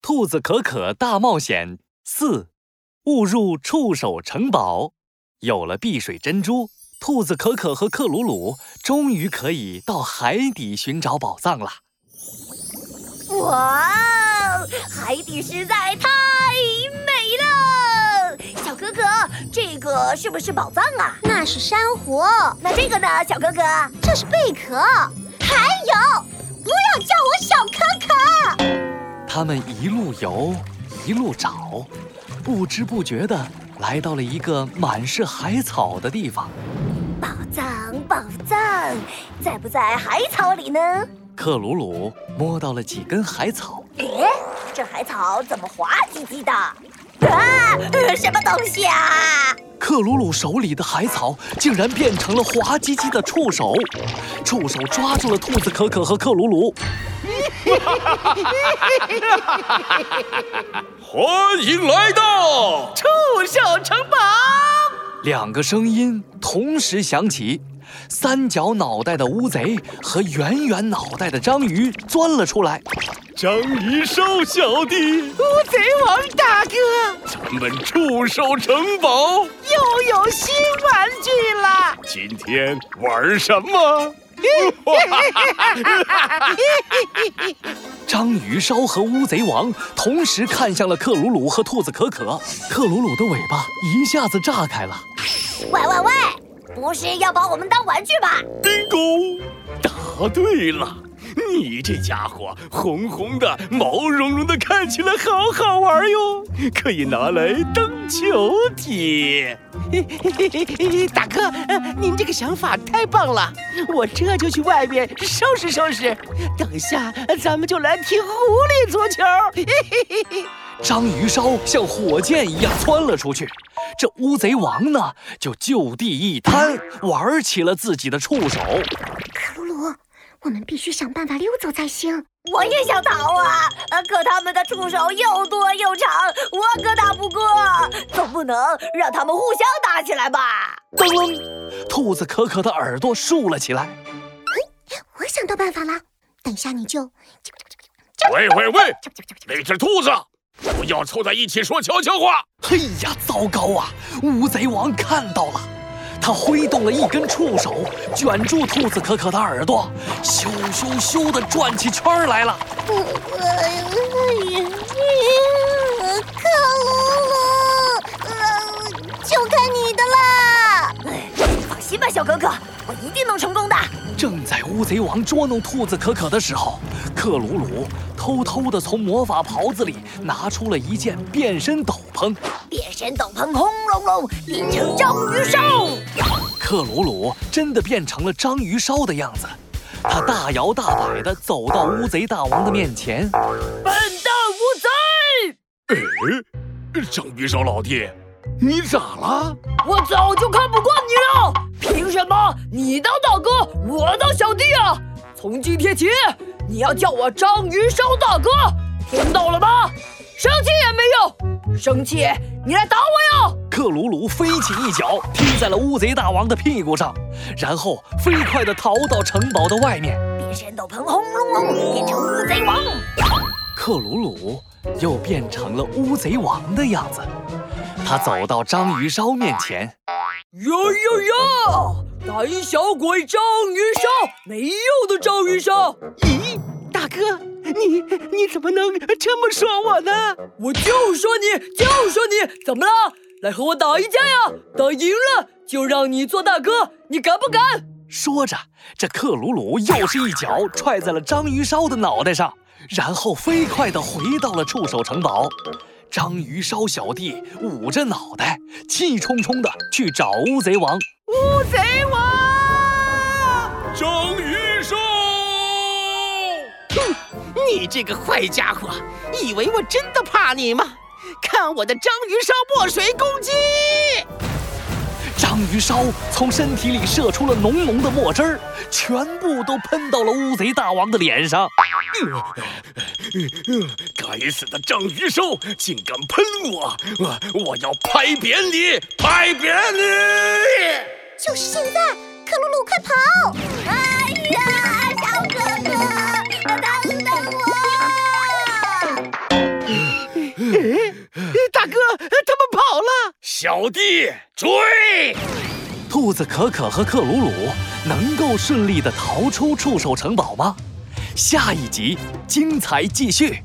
兔子可可大冒险四》，误入触手城堡。有了碧水珍珠，兔子可可和克鲁鲁终于可以到海底寻找宝藏了。哇，哦，海底实在太美了！小可可，这个是不是宝藏啊？那是珊瑚，那这个呢，小可可？这是贝壳，还有，不要叫我小可可！他们一路游，一路找，不知不觉地来到了一个满是海草的地方。宝藏，宝藏，在不在海草里呢？克鲁鲁摸到了几根海草，诶，哎这海草怎么滑唧唧的？啊，呃什么东西啊？克鲁鲁手里的海草竟然变成了滑唧唧的触手，触手抓住了兔子可可和克鲁鲁。欢迎来 到两个声音同时响起，三角脑袋的乌贼和圆圆脑袋的章鱼钻了出来。章鱼烧小弟，乌贼王大哥咱们触手城堡，又有新玩具 啦！今天玩什么？章鱼烧和乌贼王同时看向了克鲁鲁和兔子可可，克鲁鲁的尾巴一下子炸开了。喂喂喂，不是要把我们当玩具吧？ bingo，答对了。你这家伙红红的、毛茸茸的，看起来好好玩哟，可以拿来当球踢。大哥，呃您这个想法太棒了，我这就去外面收拾收拾。等下呃咱们就来踢狐狸足球。章鱼烧像火箭一样窜了出去，这乌贼王呢就就地一摊，玩起了自己的触手。克鲁鲁，我们必须想办法溜走才行。我也想逃啊，呃可他们的触手又多又长，我可打不过，总不能让他们互相打起来吧？噔楞，兔子可可的耳朵竖了起来。我想到办法啦，等下你就喂喂喂，那只兔子，不要凑在一起说悄悄话。嘿呀，糟糕啊！乌贼王看到了，他挥动了一根触手，卷住兔子可可的耳朵，咻咻咻地转起圈儿来了。哎克鲁鲁，呃，就看你的啦！哎，放心吧，小可可，我一定能成功的。正在乌贼王捉弄兔子可可的时候，克鲁鲁偷偷地从魔法袍子里拿出了一件变身斗篷。变身斗篷轰隆隆变成章鱼烧。克鲁鲁真的变成了章鱼烧的样子，他大摇大摆地走到乌贼大王的面前。哎，章鱼烧老弟，你咋了？我早就看不惯你了，凭什么你当大哥，我当小弟啊？从今天起，你要叫我章鱼烧大哥，听到了吗？生气也没用，生气你来打我呀！克鲁鲁飞起一脚踢在了乌贼大王的屁股上，然后飞快地逃到城堡的外面。变身斗篷轰隆隆变成乌贼王，克鲁鲁又变成了乌贼王的样子，他走到章鱼烧面前。哟哟哟！胆小鬼章鱼烧，没用的章鱼烧，咦，大哥，你你怎么能这么说我呢？我就说你，就说你，怎么了？来和我打一架呀！打赢了就让你做大哥，你敢不敢？说着，这克鲁鲁又是一脚踹在了章鱼烧的脑袋上，然后飞快地回到了触手城堡。章鱼烧小弟捂着脑袋，气冲冲地去找乌贼王。乌贼王，章鱼烧，你这个坏家伙，以为我真的怕你吗？看我的章鱼烧墨水攻击！章鱼烧从身体里射出了浓浓的墨汁儿，全部都喷到了乌贼大王的脸上。该死的章鱼烧，竟敢喷我！我我要拍扁你，拍扁你！就是现在，克鲁鲁，快跑！哎呀，小哥哥，等等我！小弟追！兔子可可和克鲁鲁能够顺利的逃出触手城堡吗？下一集精彩继续。